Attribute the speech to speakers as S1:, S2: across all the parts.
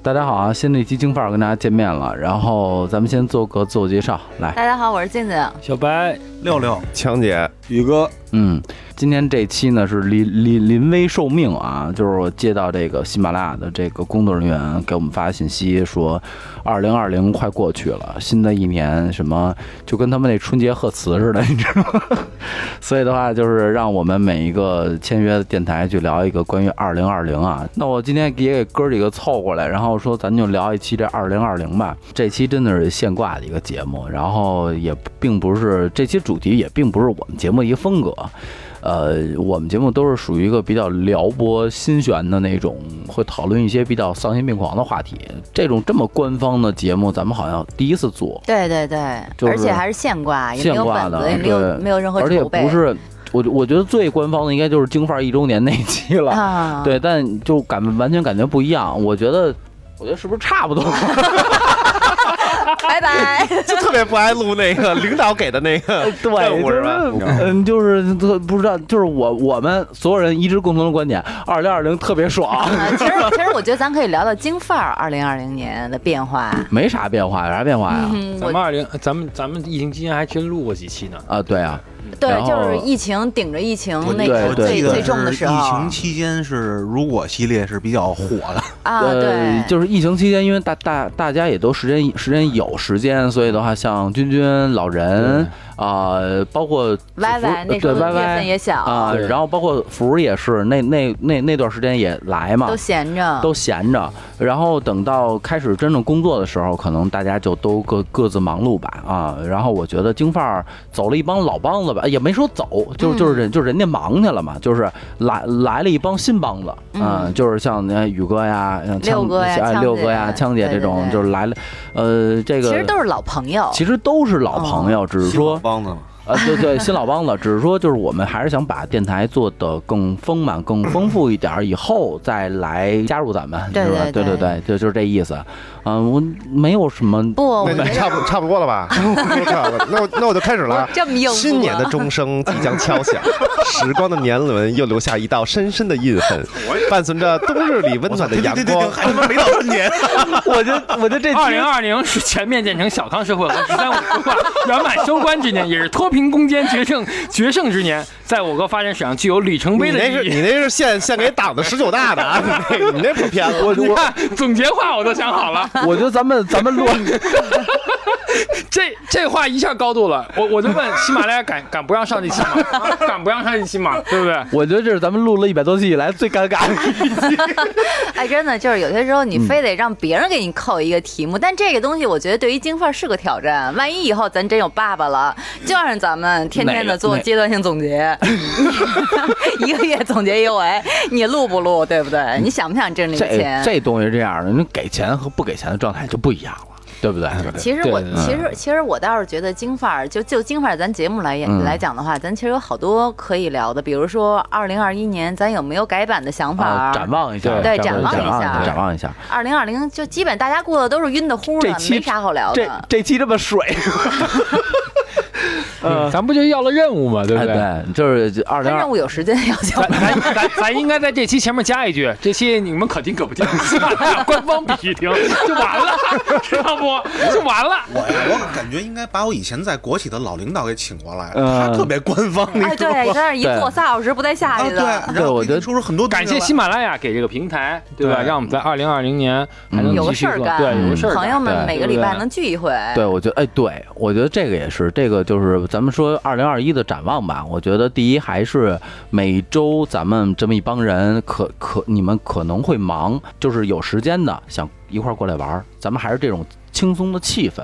S1: 大家好啊！新的一期京范儿跟大家见面了，然后咱们先做个自我介绍，来，
S2: 大家好，我是静静。
S3: 小白，
S4: 六六，
S5: 强姐，
S4: 宇哥，
S1: 嗯，今天这期呢是临临临危受命啊，就是我接到这个喜马拉雅的这个工作人员给我们发信息说，二零二零快过去了，新的一年什么就跟他们那春节贺词似的，你知道吗？所以的话，就是让我们每一个签约的电台去聊一个关于二零二零啊。那我今天也给哥儿几个凑过来，然后说咱就聊一期这二零二零吧。这期真的是现挂的一个节目，然后也并不是这期主题也并不是我们节目的一个风格。呃，我们节目都是属于一个比较撩拨心弦的那种，会讨论一些比较丧心病狂的话题。这种这么官方的节目，咱们好像第一次做，
S2: 对对对，
S1: 就是
S2: 而且还是现挂，也没有
S1: 现挂
S2: 本
S1: 的
S2: 子，也没有
S1: 对
S2: 没有任何
S1: 而且
S2: 筹备，
S1: 不是我我觉得最官方的应该就是京范儿一周年那一期了。
S2: 啊，
S1: 对，但就感完全感觉不一样。我觉得，我觉得是不是差不多？
S2: 拜拜。
S5: 就特别不爱录那个领导给的那个
S1: 对
S5: 任务
S1: 就是是
S5: 吧？
S1: 嗯，就是都不知道，就是我我们所有人一致共同的观点，二零二零特别爽，
S2: 啊，其实其实我觉得咱可以聊聊京范儿二零二零年的变化。
S1: 没啥变化，有啥变化哎呀？
S2: 嗯，
S3: 咱
S2: 我
S3: 们二零，咱们咱们疫情期间还真录过几期呢。
S1: 啊，对啊，
S2: 对
S1: 然，后
S2: 就是疫情顶着疫情那
S1: 对
S2: 哦个
S4: 我记
S2: 最
S4: 得
S2: 最重的
S4: 是
S2: 时
S4: 疫
S2: 候
S4: 情期间是如果系列是比较火的，
S2: 啊，
S1: 呃
S2: 对，，
S1: 就是疫情期间，因为大大大家也都时间时间有时间，所以的话，像君君、老人啊、包括
S2: 歪歪
S1: 福
S2: 那时
S1: 对
S2: 候
S1: 歪
S2: 月份
S1: 歪
S2: 也小，
S1: 啊，
S3: 对
S1: 然后包括福儿也是，那那那那段时间也来嘛，
S2: 都闲着，
S1: 啊都闲着，然后等到开始真正工作的时候，可能大家就都各各自忙碌吧啊。然后我觉得京范儿走了一帮老帮子吧，也没说走，
S2: 嗯
S1: 就就是人就是人家忙去了嘛，就是来来了一帮新帮子，
S2: 嗯
S1: 就是像呃宇哥呀、像
S2: 六哥呀
S1: 枪哎
S2: 枪
S1: 六哥
S2: 姐
S1: 呀、枪姐
S2: 对
S1: 这
S2: 对
S1: 种，
S2: 对
S1: 就是来了，呃，这个
S2: 其实都是老哦朋友。
S1: 其实都是老朋友，只是说
S4: 帮子嘛，
S1: 啊，对对，新老帮子，只是说就是我们还是想把电台做得更丰满、更丰富一点儿，以后再来加入咱们，
S2: 对
S1: 是吧？对
S2: 对
S1: 对
S2: 对
S1: 对，就就是这意思。嗯，我没有什么，
S2: 不，我觉
S5: 那
S2: 得
S5: 差不差不多了吧？ 差不多那我那我就开始了啊。
S2: 这么硬，
S5: 新年的钟声即将敲响，时光的年轮又留下一道深深的印痕，伴随着冬日里温暖的阳光。
S4: 还他妈没到春 节，
S1: 我就我 就这
S3: 二零二零是全面建成小康社会和十三五规划圆满收官之年，也是脱贫攻坚决胜决胜之年，在我国发展史上具有里程碑
S5: 你
S3: 的
S5: 那是
S3: 意
S5: 你
S3: 义。
S5: 那是献献给党的十九大的啊！你那你那不偏了，我
S3: 你看总结话我都想好了，
S1: 我觉得咱们咱们 录，
S3: 这这话一下高度了，我我就问喜马拉雅敢敢不让上这期吗？啊敢不让上这期吗？对不对？
S1: 我觉得这是咱们录了一百多期以来最尴尬的。
S2: 哎，真的就是有些时候你
S1: 嗯
S2: 非得让别人给你扣一个题目，但这个东西我觉得对于京范儿是个挑战。万一以后咱真有爸爸了，就让咱们天天
S1: 哪
S2: 的
S1: 个
S2: 做
S1: 哪
S2: 阶段性总结， 一个月总结一回，你录不录，对不对？你想不想挣这个
S1: 这
S2: 钱？
S1: 这东西是这样的，你给钱和不给钱的状态就不一样了，对不对？嗯
S2: 其实我
S3: 对
S2: 其实其实我倒是觉得京范儿就就京范儿咱节目来演、
S1: 嗯
S2: 来讲的话，咱其实有好多可以聊的，比如说二零二一年咱有没有改版的想法
S1: 啊，
S2: 儿？
S1: 展望一下，
S2: 对
S1: 展
S2: 展望一下
S1: 展望一下。
S2: 二零二零就基本大家过得都是晕的乎
S1: 这
S2: 的，
S1: 期
S2: 没啥好聊
S1: 这
S2: 的。
S1: 这期这么水，呃
S3: 嗯咱不就要了任务吗？对
S1: 哎？对，就是二零
S2: 但
S1: 二
S2: 任务有时间要求
S3: 咱咱咱咱应该在这期前面加一句，这期你们可听可不听，喜马拉雅官方必须听，就完了，知道不？就完了。
S4: 我我感觉应该把我以前在国企的老领导给请过来，
S1: 嗯
S4: 他特别官方，你
S2: 哎，
S4: 知道
S2: 对，在
S4: 吗？
S2: 那儿一
S1: 对
S2: 坐仨小时不带下
S4: 啊，
S2: 去
S4: 对，
S2: 的，
S4: 然后
S1: 我
S4: 给
S1: 觉得
S4: 你说出很多东
S3: 感
S4: 西
S3: 谢
S4: 来
S3: 喜马拉雅给这个平台，对吧？
S4: 对
S3: 让我们在二零二零年还能
S1: 嗯
S2: 有个
S3: 继续
S2: 事儿
S3: 做
S2: 干，
S3: 对，有个事儿干。
S2: 朋友们
S3: 对
S2: 每个礼拜。
S3: 对
S2: 能聚一回。
S1: 对，我觉得，哎，对，我觉得这个也是，这个就是咱们说二零二一的展望吧。我觉得第一还是每周咱们这么一帮人可，可你们可能会忙，就是有时间的想一块儿过来玩儿，咱们还是这种轻松的气氛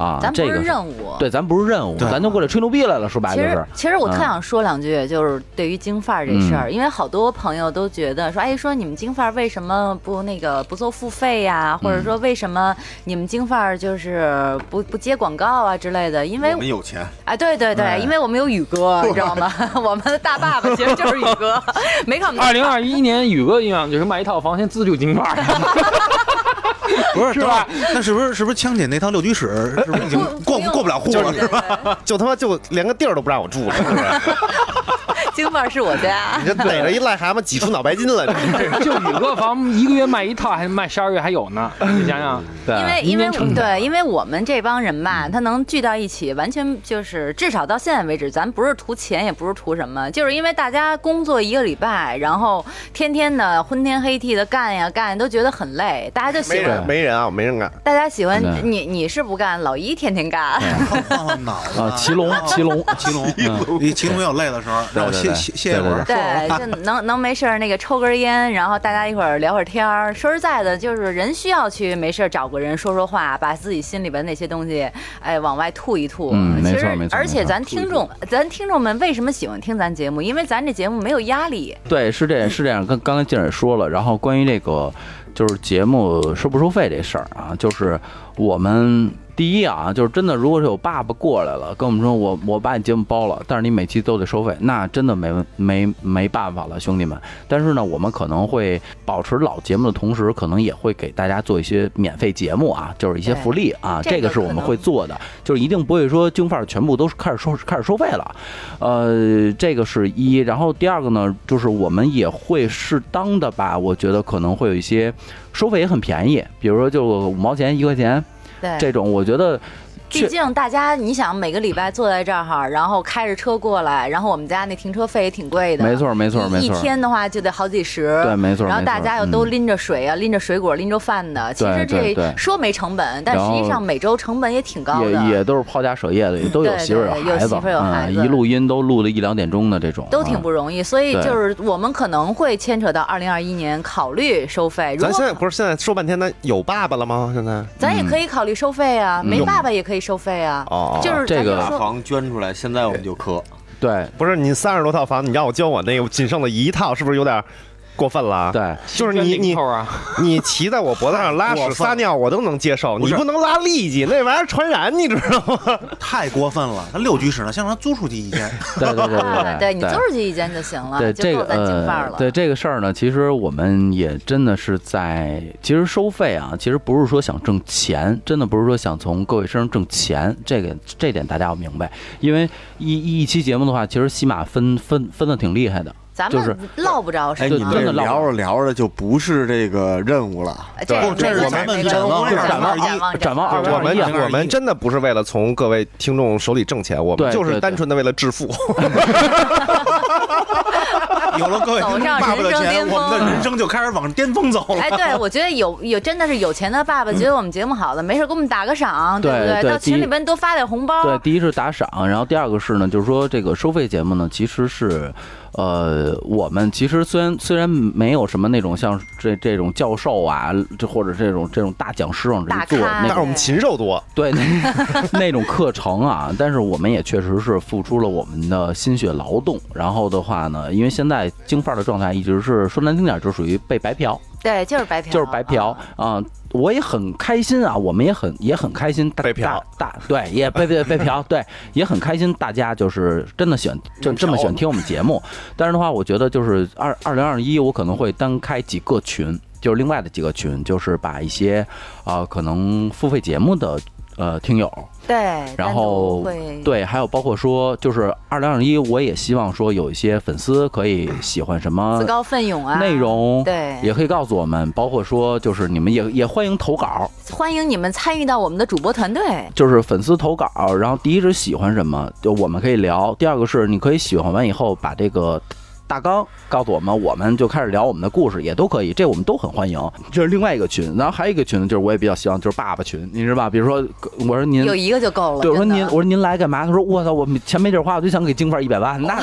S1: 啊。
S2: 咱不
S1: 这
S2: 是
S1: 个
S2: 任务。
S1: 对，咱不是任务，
S4: 对
S1: 咱就过来吹牛逼来了，
S3: 啊
S1: 说白
S2: 其
S1: 了就
S2: 实
S1: 是，
S2: 其实
S3: 嗯
S2: 我特想说两句，就是对于京范儿这事儿，因为好多朋友都觉得说，哎，说你们京范儿为什么不那个不做付费呀、或
S3: 嗯
S2: 者说为什么你们京范儿就是不不接广告啊之类的？因为
S4: 我们有钱，
S2: 哎，对对对，
S4: 哎
S2: 因为我们有宇哥，你知道吗？ 我们的大爸爸其实就是宇哥， 没看我们
S3: 二零二一年宇哥印象就是卖一套房先资助金 块儿，
S4: 不是
S3: 是吧？
S4: 等会儿那是不是是不是枪姐那套六居室是不是已经过
S2: 用
S4: 过不了户了？
S2: 对对
S5: 啊
S4: 是吧？
S2: 对
S5: 就他妈就连个地儿都不让我住了，是不是？
S2: 京范儿是我家
S5: 你。这逮着一癞蛤蟆挤出脑白金了，你这
S3: 就你乐房一个月卖一套，还卖十二月还有呢，你想 想，
S2: 因为因
S3: 民
S2: 为
S3: 间成长
S2: 对，因为我们这帮人吧，他能聚到一起，完全就是至少到现在为止，咱不是图钱，也不是图什么，就是因为大家工作一个礼拜，然后天天的昏天黑地的干呀干呀，都觉得很累，大家就
S5: 没
S2: 喜欢
S5: 人，没人啊，我没人干。
S2: 大家喜欢
S1: 对
S2: 你，你是不干，老一天天干。
S4: 换换脑子
S1: 啊，骑龙，骑龙，
S4: 骑龙，嗯你骑龙有累的时候，让我
S1: 对
S4: 歇
S1: 对
S4: 歇歇一会 儿，
S2: 对，就能能没事儿那个抽根烟，然后大家一会儿聊会儿天儿。说实在的，就是人需要去没事儿找个人说说话，把自己心里边那些东西，哎，往外吐一吐。
S1: 嗯没
S2: 其
S1: 错
S2: 实
S1: 没错
S2: 而
S1: 没
S2: 且
S1: 错
S2: 咱听众，咱听众们为什么喜欢听咱节目？因为咱这节目没有压力。
S1: 对，是这是这样。跟刚才静儿也说了，然后关于这个就是节目收不收费这事儿啊，就是我们第一啊，就是真的，如果是有爸爸过来了，跟我们说我我把你节目包了，但是你每期都得收费，那真的没问没没办法了，兄弟们。但是呢，我们可能会保持老节目的同时，可能也会给大家做一些免费节目啊，就是一些
S2: 对
S1: 福利啊，
S2: 这个
S1: 这个是我
S2: 可
S1: 们
S2: 能
S1: 会做的，就是一定不会说京范儿全部都是开始收开始收费了。呃，这个是一。然后第二个呢，就是我们也会适当的吧，我觉得可能会有一些收费也很便宜，比如说就五毛钱、一块钱
S2: 对，
S1: 这种，我觉得
S2: 毕
S1: 确
S2: 竟大家，你想每个礼拜坐在这儿哈，然后开着车过来，然后我们家那停车费也挺贵的。
S1: 没错，没错，没
S2: 一一
S1: 错。
S2: 天的话就得好几十，
S1: 对没错
S2: 然后
S1: 没
S2: 大
S1: 错
S2: 家又都
S1: 嗯
S2: 拎着水啊，拎着水果，拎着饭的。其
S1: 对
S2: 实
S1: 对
S2: 这
S1: 对
S2: 说没成本，但实
S1: 然
S2: 际
S1: 后
S2: 上每周成本也挺高
S1: 也
S2: 的，
S1: 也都是抛家舍业的，也都有
S2: 对
S1: 媳妇儿
S2: 对
S1: 孩
S2: 有媳妇儿有孩
S1: 嗯，
S2: 子
S1: 一录音都录的一两点钟的这种，
S2: 都挺
S1: 嗯
S2: 不容易。所以
S1: 对
S2: 就是我们可能会牵扯到二零二一年考虑收费，如
S5: 咱现在
S2: 果
S5: 不是现在说半天，咱有爸爸了吗？现在
S2: 咱也可以考虑收费啊，没
S1: 有
S2: 爸爸也可以收费啊，
S5: 哦哦
S2: 就是
S1: 这
S2: 咱就
S1: 个
S6: 把
S2: 说。
S6: 房捐出来，现在我们就磕。
S1: 对
S5: 不是你三十多套房，你让我交我那个仅剩的一套，是不是有点过分了啊？
S1: 对，
S5: 就是你
S3: 零
S5: 你
S3: 扣啊，
S5: 你骑在我脖子上拉
S4: 过
S5: 屎
S4: 分
S5: 撒尿，我都能接受，
S4: 不
S5: 你
S4: 是
S5: 不能拉痢疾，那玩意儿传染，你知 道吗？
S4: 太过分了。他六居室呢，先让他租出去一间，
S1: 对对对
S2: 对
S1: 对
S2: 对，你就是这一间就行了，
S1: 对
S2: 啊就
S1: 这
S2: 够
S1: 个
S2: 咱进范儿
S1: 呃
S2: 了，。
S1: 对这个事儿呢，其实我们也真的是在，其实收费啊，其实不是说想挣钱，真的不是说想从各位身上挣钱，这个这点大家要明白，因为一一期节目的话，其实西马分分分的挺厉害的，
S2: 咱
S1: 就是
S2: 们落不着什
S6: 哎，
S1: 就
S6: 你
S2: 么
S1: 真
S6: 这
S1: 的，唠
S6: 聊着聊着就不是这个任务了，
S2: 这
S5: 对
S2: 个
S4: 这是
S2: 没关系
S4: 咱
S2: 没
S4: 们
S2: 关系
S4: 展望
S2: 展望
S4: 2021
S1: 展
S2: 展望
S1: 望二零
S5: 我
S1: 二
S5: 们
S1: 一啊。
S5: 我们真的不是为了从各位听众手里挣钱，我
S1: 对
S5: 们就
S1: 对
S5: 是
S1: 对
S5: 单纯的为了致富。
S4: 有了各位
S2: 走上
S4: 爸爸的
S2: 人生
S4: 钱，
S2: 巅峰
S4: 我们的人生就开始往巅峰走 了。
S2: 哎，对，我觉得有有真的是有钱的爸爸觉得我们节目好的，没事给我们打个赏，
S1: 嗯对
S2: 不对？
S1: 对
S2: 到群
S1: 第一
S2: 里边多发点红包。
S1: 对，第一是打赏，然后第二个是呢，就是说这个收费节目呢，其实是，呃，我们其实虽然虽然没有什么那种像这这种教授啊，这或者这种这种大讲师往这
S2: 大
S1: 一坐，
S2: 咖
S1: 那
S5: 但
S1: 种
S5: 是我们禽兽多，
S1: 对那 那种课程啊，但是我们也确实是付出了我们的心血劳动。然后的话呢，因为现在京范儿的状态一直是说难听点，就属于被白嫖，
S2: 对，就是白嫖，
S1: 就是白嫖
S2: 啊。
S1: 啊、我也很开心啊，我们也很也很开心，大
S5: 被嫖
S1: 大大对，也被被被 嫖，对，也很开心。大家就是真的喜欢，就这么喜欢听我们节目。但是的话，我觉得就是二二零二一，我可能会单开几个群，就是另外的几个群，就是把一些啊、呃可能付费节目的呃听友，
S2: 对，
S1: 然
S2: 单
S1: 后
S2: 独会
S1: 对，还有包括说，就是二零二一，我也希望说有一些粉丝可以喜欢什么
S2: 自告奋勇啊，
S1: 内容，
S2: 对
S1: 也可以告诉我们，包括说就是你们也也欢迎投稿，
S2: 欢迎你们参与到我们的主播团队。
S1: 就是粉丝投稿，然后第一是喜欢什么，就我们可以聊；第二个是你可以喜欢完以后把这个。大纲告诉我们，我们就开始聊我们的故事，也都可以，这我们都很欢迎。这是另外一个群，然后还有一个群呢，就是我也比较希望，就是爸爸群，你知道吧？比如说，我说您
S2: 有一个就够了。
S1: 对，我说
S2: 真的
S1: 您，我说您来干嘛？他说我操，我没钱没地儿花，我就想给京范一百万。那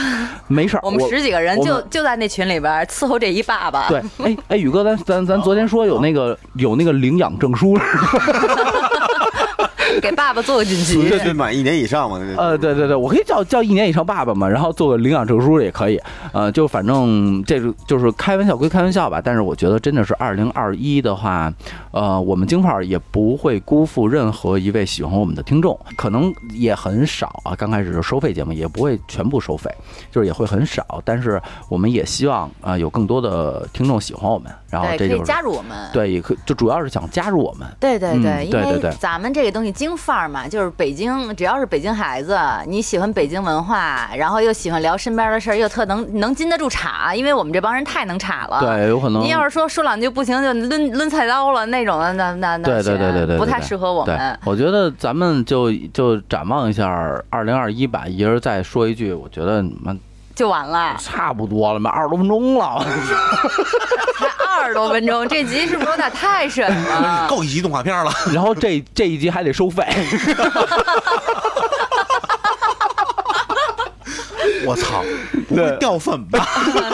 S1: 没事儿，
S2: 我们十几个人
S1: 我
S2: 就
S1: 们
S2: 就在那群里边伺候这一爸爸。
S1: 对，哎哎，宇哥，咱咱咱昨天说有那个有那个领养证书，
S2: 给爸爸做 个锦旗。
S6: 这得满一年以上嘛？那
S1: 呃，对对对，我可以叫叫一年以上爸爸嘛，然后做个领养证书也可以，呃，就反正这个就是开玩笑归开玩笑吧，但是我觉得真的是二零二一的话，呃，我们京范儿也不会辜负任何一位喜欢我们的听众，可能也很少啊，刚开始是收费节目也不会全部收费，就是也会很少，但是我们也希望啊、呃有更多的听众喜欢我们，然后
S2: 对，
S1: 这
S2: 可
S1: 就
S2: 以
S1: 是
S2: 加入我们。
S1: 对，也可就主要是想加入我们，
S2: 对对对
S1: 嗯对对
S2: 因为
S1: 对
S2: 咱们这个东西京范儿嘛，就是北京，只要是北京孩子，你喜欢北京文化，然后又喜欢聊身边的事儿，又特能能禁得住岔，因为我们这帮人太能岔了。。
S1: 对，有可能
S2: 啊您要是说说两句不行就抡抡菜刀了那种的，那那那
S1: 对对对对对，
S2: 不太
S1: 对
S2: 适合我
S1: 对
S2: 们。
S1: 我觉得咱们就就展望一下二零二一吧，一人再说一句，我觉得你们，
S2: 就完了
S1: 差不多了嘛，二十多分钟了，
S2: 才二十多分钟，这集是不是有点太神 了？
S4: 够一集动画片了。
S1: 然后这这一集还得收费，
S4: 我操，不会掉粉吧？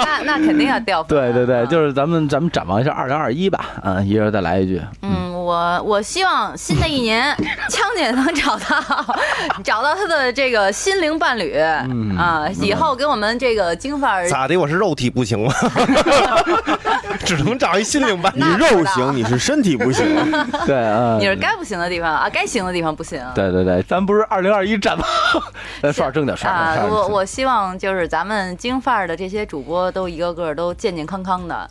S2: 那那肯定要掉分。
S1: 对对对，
S2: 嗯
S1: 就是咱们咱们展望一下二零二一吧，嗯，一人再来一句，
S2: 嗯，我我希望新的 一年，枪姐能找到找到她的这个心灵伴侣、
S1: 嗯
S2: 啊，以后给我们这个京范儿
S5: 咋的？我是肉体不行吗？ 只能找一心灵伴
S6: 你
S5: 侣。
S2: 那不知道
S6: 肉行，你是身体不行。
S1: 对，嗯
S2: 你，是该不行的地方啊，该行的地方不行。
S1: 对对对，咱不是二零二一展望，咱说点正经事儿，
S2: 啊
S1: 说点正经事儿，
S2: 我我希望就是咱们京范儿的这些主播都一个个都健健康 康的，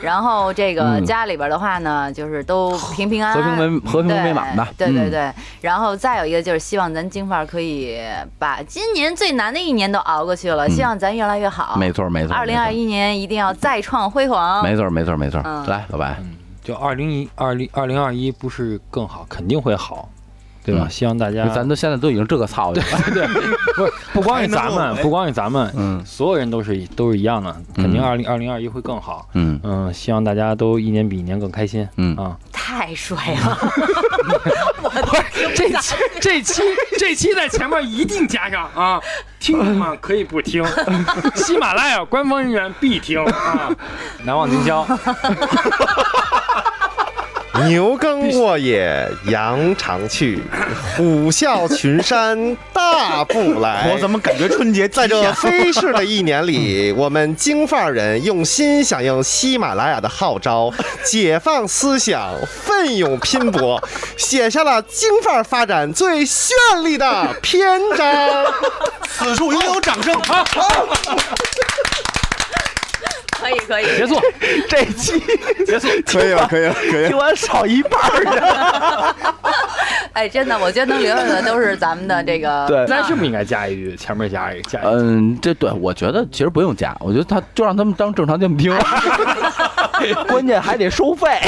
S2: 然后这个
S1: 嗯
S2: 家里边儿的话呢，就是都平平安
S1: 和
S2: 安、
S1: 平美和平美满吧，
S2: 对对
S1: 嗯
S2: 对对，然后再有一个就是希望咱京范儿可以把今年最难的一年都熬过去了，希望咱越来越好。
S1: 嗯没错没错，
S2: 二
S1: 没
S2: 零
S1: 错
S2: 二一年一定要再创辉煌。
S1: 没错没错没错，
S2: 嗯
S1: 来老白，
S3: 就二零一二零二零二一不是更好，肯定会好，对吧？
S1: 嗯
S3: 希望大家
S1: 咱都现在都已经这个操性了，
S3: 对，不是不光是咱
S4: 还能
S3: 们，
S4: 够
S3: 不光是咱们，
S1: 嗯
S3: 所有人都是都是一样的，肯定
S1: 嗯
S3: 二零二零二一会更好。
S1: 嗯
S3: 嗯，希望大家都一年比一年更开心。
S1: 嗯
S3: 啊，
S2: 太帅了！
S3: 这期这期这期在前面一定加上啊，听众们可以不 听，喜马拉雅官方人员必听啊，难忘今 宵。
S5: 牛耕沃野，羊常去，虎啸群山，大步来。
S4: 我怎么感觉春节
S5: 哎在这飞逝的一年
S6: 嗯
S5: 里，我们京范儿人用心响应喜马拉雅的号召，解放思想，奋勇拼搏，写下了京范儿发展最绚丽的篇章。
S4: 此处应有掌声。
S2: 可以可以，
S3: 结束，
S1: 这期
S6: 可以了，可以了，可以了。
S1: 听完少一半 儿人，
S2: 哎，真的，我觉得能留下的都是咱们的这个
S1: 对
S3: 咱是不是应该加一句？前面加一加一句。
S1: 嗯，这对我觉得其实不用加，我觉得他就让他们当正常节目听，关键还得收费。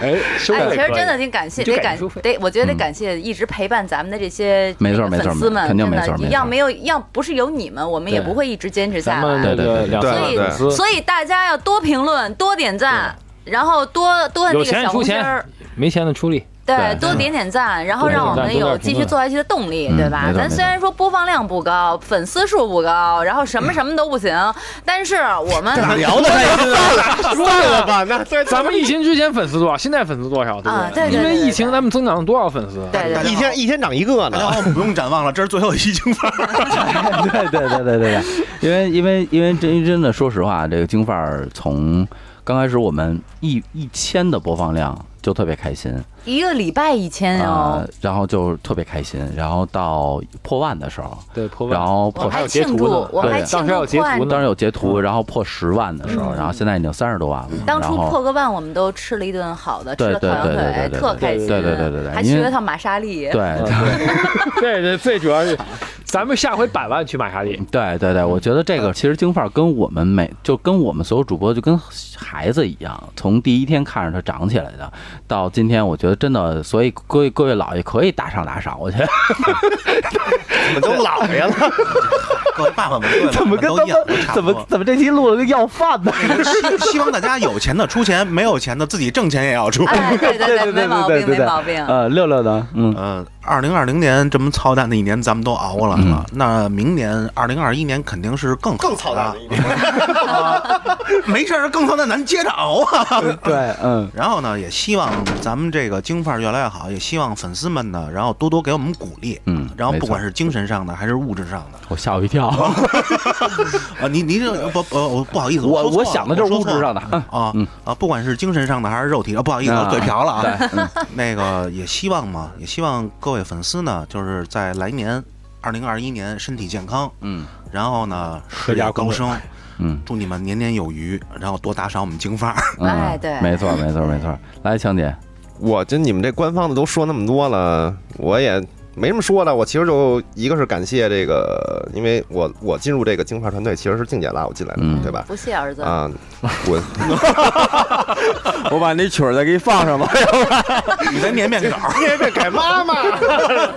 S3: 哎，收
S2: 哎，
S3: 尾
S2: 其实
S3: 可以
S2: 真的挺感谢，
S3: 就
S2: 得
S3: 感
S2: 感
S3: 谢收费
S2: 得，我觉得得感谢一直陪伴咱们的这些
S1: 嗯没错
S2: 这个
S1: 没错
S2: 粉丝们，
S1: 肯定
S2: 真
S1: 没错
S2: 的
S1: 没错
S2: 要没有要不是有你们，我们也
S3: 对
S2: 不会一直坚持
S3: 咱
S2: 下
S3: 们
S2: 来。
S1: 对
S3: 那个
S1: 对对
S3: 两
S5: 对
S3: 三万
S2: 对
S3: 粉丝，
S2: 所以大家要多评论，多点赞，然后多多按那
S3: 有
S2: 个
S3: 钱
S2: 小
S3: 出
S2: 红心
S3: 钱
S2: 儿。
S3: 没钱的出力。
S2: 对
S1: 对，
S2: 多点点赞，然后
S3: 多点
S2: 让我
S3: 赞
S2: 们
S3: 多点
S2: 有
S3: 评
S2: 继续
S3: 论
S2: 做下去的动力，
S1: 嗯
S2: 对吧
S1: 没？错
S2: 咱
S1: 没
S2: 虽然说播放量不高，粉丝数不高，然后什么什么都不行，但是我们
S5: 聊的 开心了，算了吧，那对
S3: 啊咱们疫情之前粉丝多少？现在粉丝多少？对
S2: 啊
S3: 不
S2: 对对
S3: 因
S2: 对
S3: 为
S2: 对
S3: 疫情，
S2: 对
S3: 咱们增长了多少粉丝？
S2: 对对
S4: 大家
S2: 对
S5: 一天一天长一个
S4: 大家
S6: 啊
S5: 呢。
S4: 好，我们不用展望了，这是最后一集京范儿。
S1: 对对对对对对，因为因为因为真真的，说实话，这个京范儿从刚开始我们一一千的播放量就特别开心
S2: 一个礼拜以前
S1: 啊、
S2: 哦，
S1: 然后就特别开心，然后到破万的时候，
S3: 对，破
S1: 然
S3: 万。
S1: 后
S2: 我
S1: 破
S2: 们还
S3: 有截
S2: 庆
S3: 图
S2: 祝
S3: 呢，
S2: 我们还
S3: 对
S2: 庆
S3: 当时还有
S2: 祝
S3: 截
S2: 破万
S3: 图呢
S1: 当时有截图，然后破十万的时候，然后现在已经三十多万了，
S2: 当初
S1: 然后
S2: 破个万，我们都吃了一顿好的，吃
S1: 对
S2: 了烤羊
S1: 对对对对
S2: 腿，
S1: 对
S2: 特开心，
S1: 对对对对对
S2: 还
S1: 因
S2: 去
S1: 为
S2: 了趟玛莎丽，
S1: 对。
S3: 对对，最主要是，咱们下回百万去玛莎
S2: 啊
S3: 丽。
S1: 对对对，我觉得
S2: 嗯
S1: 这个其实京范儿跟我们每就跟我们所有主播就跟孩子一样，从第一天看着他长起来的，到今天，我觉得真的，所以各位各位老爷可以打赏打赏，我觉得
S5: 我们都老爷 了，
S4: 各位爸爸们，各位妈妈都一样，都差不多
S1: 怎么这期录了个要饭的？
S4: 希希望大家有钱的出钱，没有钱的自己挣钱也要出。
S2: 哎，对对对，没毛病，没毛病。
S1: 呃，六六呢？嗯，
S4: 呃，二零二零年这么操蛋的一年，咱们都熬过来
S1: 嗯
S4: 了。那明年二零二一年肯定是更好
S5: 更操蛋了一点。
S4: 没事儿，更操蛋咱接着熬啊。
S1: 对，嗯，
S4: 然后呢，也希望咱们这个京范儿越来越好，也希望粉丝们呢，然后多多给我们鼓励。啊
S1: 嗯
S4: 然后
S1: 没
S4: 不
S1: 错
S4: 管是精神上的还是物质上的，
S1: 我吓我一 跳，
S4: 啊，你你这不不我不好意思，
S1: 我
S4: 说错
S1: 我
S4: 了
S1: 想的就是物质上的。嗯
S4: 啊啊，不管是精神上的还是肉体啊，不好意思，
S1: 啊
S4: 我嘴瓢了啊。
S1: 对，嗯
S4: 那个也希望嘛，也希望各位粉丝呢，就是在来年二零二一年身体健康，
S1: 嗯，
S4: 然后呢事业高升，
S1: 嗯，
S4: 祝你 们年年有余，然后多打赏我们京范儿。
S1: 嗯
S2: 哎对
S1: 没错没错没错。来，强姐，
S5: 我这你们这官方的都说那么多了，我也没什么说的。我其实就一个是感谢这个，因为我我进入这个京范团队其实是静姐拉我进来的，
S1: 嗯
S5: 对吧？
S2: 不谢儿子，
S5: 啊，滚！
S6: 我把那曲儿再给你放上吧。
S4: 你的年面稿，
S5: 改妈妈，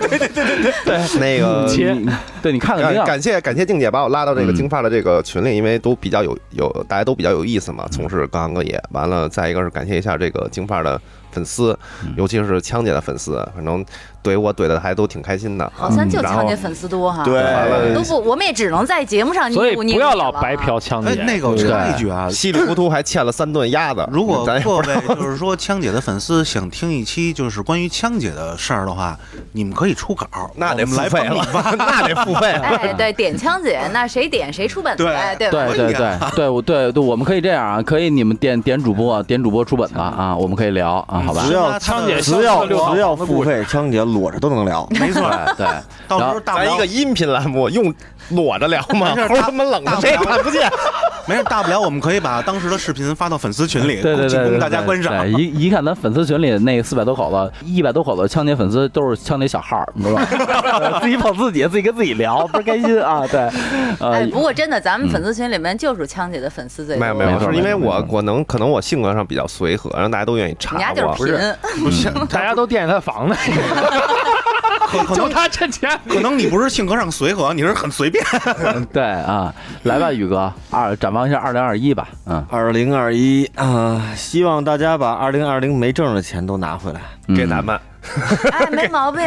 S5: 对对对对对，
S1: 嗯
S5: 那个
S3: 切
S6: 嗯
S1: 你对你看看
S5: 感
S1: 这样，
S5: 感谢感谢静姐把我拉到这个
S1: 嗯
S5: 京范的这个群里，因为都比较有有大家都比较有意思嘛，从事各行各业。完了，再一个是感谢一下这个京范的粉丝
S1: 嗯，
S5: 尤其是枪姐的粉丝，反正怼我怼的还都挺开心的。
S2: 好像就
S5: 然
S2: 强
S5: 后
S2: 姐粉丝多哈。
S6: 对，
S5: 完了
S2: 都不，我们也只能在节目上
S3: 所以
S2: 你
S3: 不
S2: 你啊
S3: 要老白嫖枪
S4: 哎
S3: 姐。，
S4: 那个我插一句啊，
S5: 稀里糊涂还欠了三顿鸭子。
S4: 如果
S5: 咱也
S4: 各位 就是说枪姐的粉丝想听一期就是关于枪姐的事儿的话，你们可以出稿，
S5: 那得
S4: 我
S5: 付
S4: 们来
S5: 费
S4: 帮你
S5: 了，那得付费了。
S2: 哎，对，点枪 姐，那谁点谁出本子
S4: 对
S2: 呗，对吧？
S1: 对对对对，我对对，我们可以这样啊，可以你们点点主播，点主播出本子啊，我们可以聊啊，好吧
S6: 只？要
S3: 枪姐
S6: 只要
S3: 六
S6: 只要付费，枪姐裸着都能聊。
S4: 没错，
S1: 对，
S4: 到
S1: 然
S4: 时候
S1: 后
S4: 大不
S5: 咱一个
S4: 了
S5: 音频栏目用裸着聊吗？
S4: 没事
S5: 齁他妈冷的
S4: 大不
S5: 谁
S4: 了
S5: 也看不见。
S4: 没事，大不了我们可以把当时的视频发到粉丝群 里，
S1: 对 对对对
S4: 供
S1: 对，
S4: 大家观赏
S1: 对。一一看咱粉丝群里那四百多口子，一百多口子枪姐粉丝都是枪姐小号，你 知道吧？自己捧自己，自己跟自己聊，不是开心啊？对，
S2: 哎，
S1: 呃，
S2: 不过真的，咱们粉丝群里面就属枪姐的粉丝最多。
S5: 没有没有，
S1: 错
S5: 是因为
S1: 没错
S5: 我
S1: 没错
S5: 我能可能我性格上比较随和，让大家都愿意
S2: 你家
S5: 查
S2: 就
S5: 啊我。
S2: 是贫，
S4: 不 是，
S3: 大家都惦记他房呢，
S4: 可可
S3: 就
S4: 能
S3: 他趁钱。
S4: 可能你不是性格上随和，你是很随便。
S1: 对啊，来吧，宇哥，二展望一下二零二一吧，嗯，
S6: 二零二一啊，希望大家把二零二零没挣的钱都拿回来，
S5: 给咱们
S2: 哎，没毛病，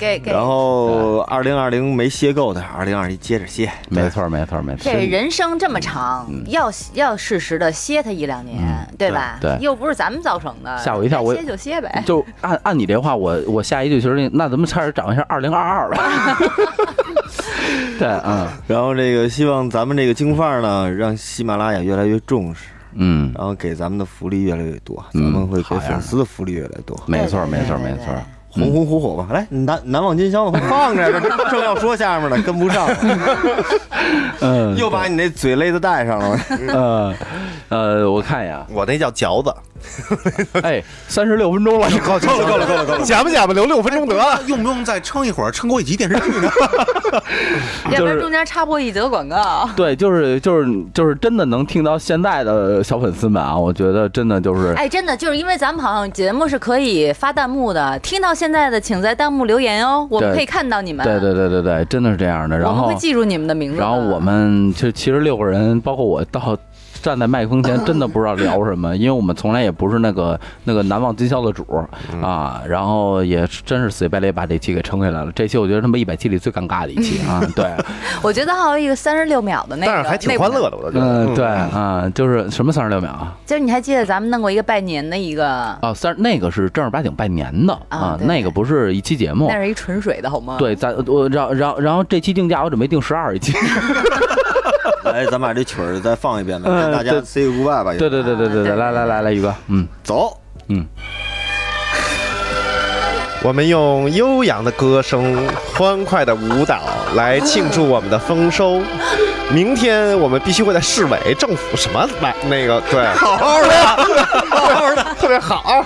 S2: 给给
S6: 然，后二零二零没歇够的，二零二一接着歇。
S1: 没错没错没错，
S2: 这人生这么长，要要适时的歇它一两年，对吧？
S1: 对对
S2: 又不是咱们造成的，
S1: 吓我一跳我
S2: 该歇就歇呗。
S1: 哎就按按你这话，我我下一句其实那咱们开始展望一下二零二二吧。 对，嗯
S6: 然后这个希望咱们这个京范儿呢，让喜马拉雅越来越重视，
S1: 嗯，
S6: 然后给咱们的福利越来越多，咱
S1: 嗯
S6: 们会
S1: 好
S6: 给
S1: 呀
S6: 粉丝的福利越来越多。
S1: 没错
S2: 对对
S1: 没错
S2: 对
S1: 没
S2: 对
S1: 错，
S6: 红红火火吧，来难难忘今宵吧，放着呀，这正要说下面呢，跟不 上，
S1: 嗯
S6: 又把你那嘴勒子带上了。
S4: 嗯
S1: 呃呃，我看一眼啊，
S5: 我那叫嚼子，
S1: 哎，三十六分钟了，
S5: 够了够了够了够了，假吧假吧，留六分钟得了。
S4: 用不用再撑一会儿？撑过一集电视剧呢？
S2: 要不
S1: 就
S2: 然
S1: 是
S2: 中间插播一则广 告，
S1: 对，就是就是就是真的能听到现在的小粉丝们啊，我觉得真的就是
S2: 哎，真的就是因为咱们好像节目是可以发弹幕的，听到现在的请在弹幕留言哦，我们
S1: 对
S2: 可以看到你们，
S1: 对对对对对，真的是这样的。然
S2: 哎我们
S1: 后
S2: 会记住你们的名字的。
S1: 然后我们其实其实六个人，包括我到。站在麦克风前，真的不知道聊什 么，因为我们从来也不是那个那个难忘今宵的主儿啊，
S2: 嗯
S1: 然后也是真是死乞白赖把这期给撑下来了。这期我觉得他妈一百期里最尴尬的一期 啊，对，
S2: 我觉得还有一个三十六秒的那个，
S5: 但是还挺欢乐
S2: 那部分。
S5: 的，我觉得。
S1: 嗯，对，啊，就是什么三十六秒啊，
S2: 就是你还记得咱们弄过一个拜年的一个，
S1: 哦，三那个是正儿八经拜年的啊，
S2: 哦对
S1: 那个不是一期节目，
S2: 那是一纯水的好吗？，
S1: 对，咱我然后然后然后这期定价我准备定十二一期，
S6: 来，哎咱把这曲儿再放一遍呗，
S1: 嗯
S6: 跟大家
S1: 对
S6: say goodbye 吧。
S1: 对对对对对对，来来来来，宇哥，嗯
S6: 走，
S1: 嗯，
S5: 我们用悠扬的歌声、欢快的舞蹈来庆祝我们的丰收。明天我们必须会在市委、政府什么买那个对，好好的，好好的，特别好。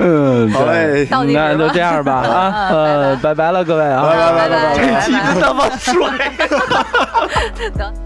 S1: 嗯，
S6: 好
S1: 对
S6: 嘞。
S2: 到底是
S1: 那就
S2: 吧
S1: 这样吧啊，呃，拜拜了各位啊，
S2: 拜拜拜拜拜拜
S1: 这期真他妈帅。
S2: 等。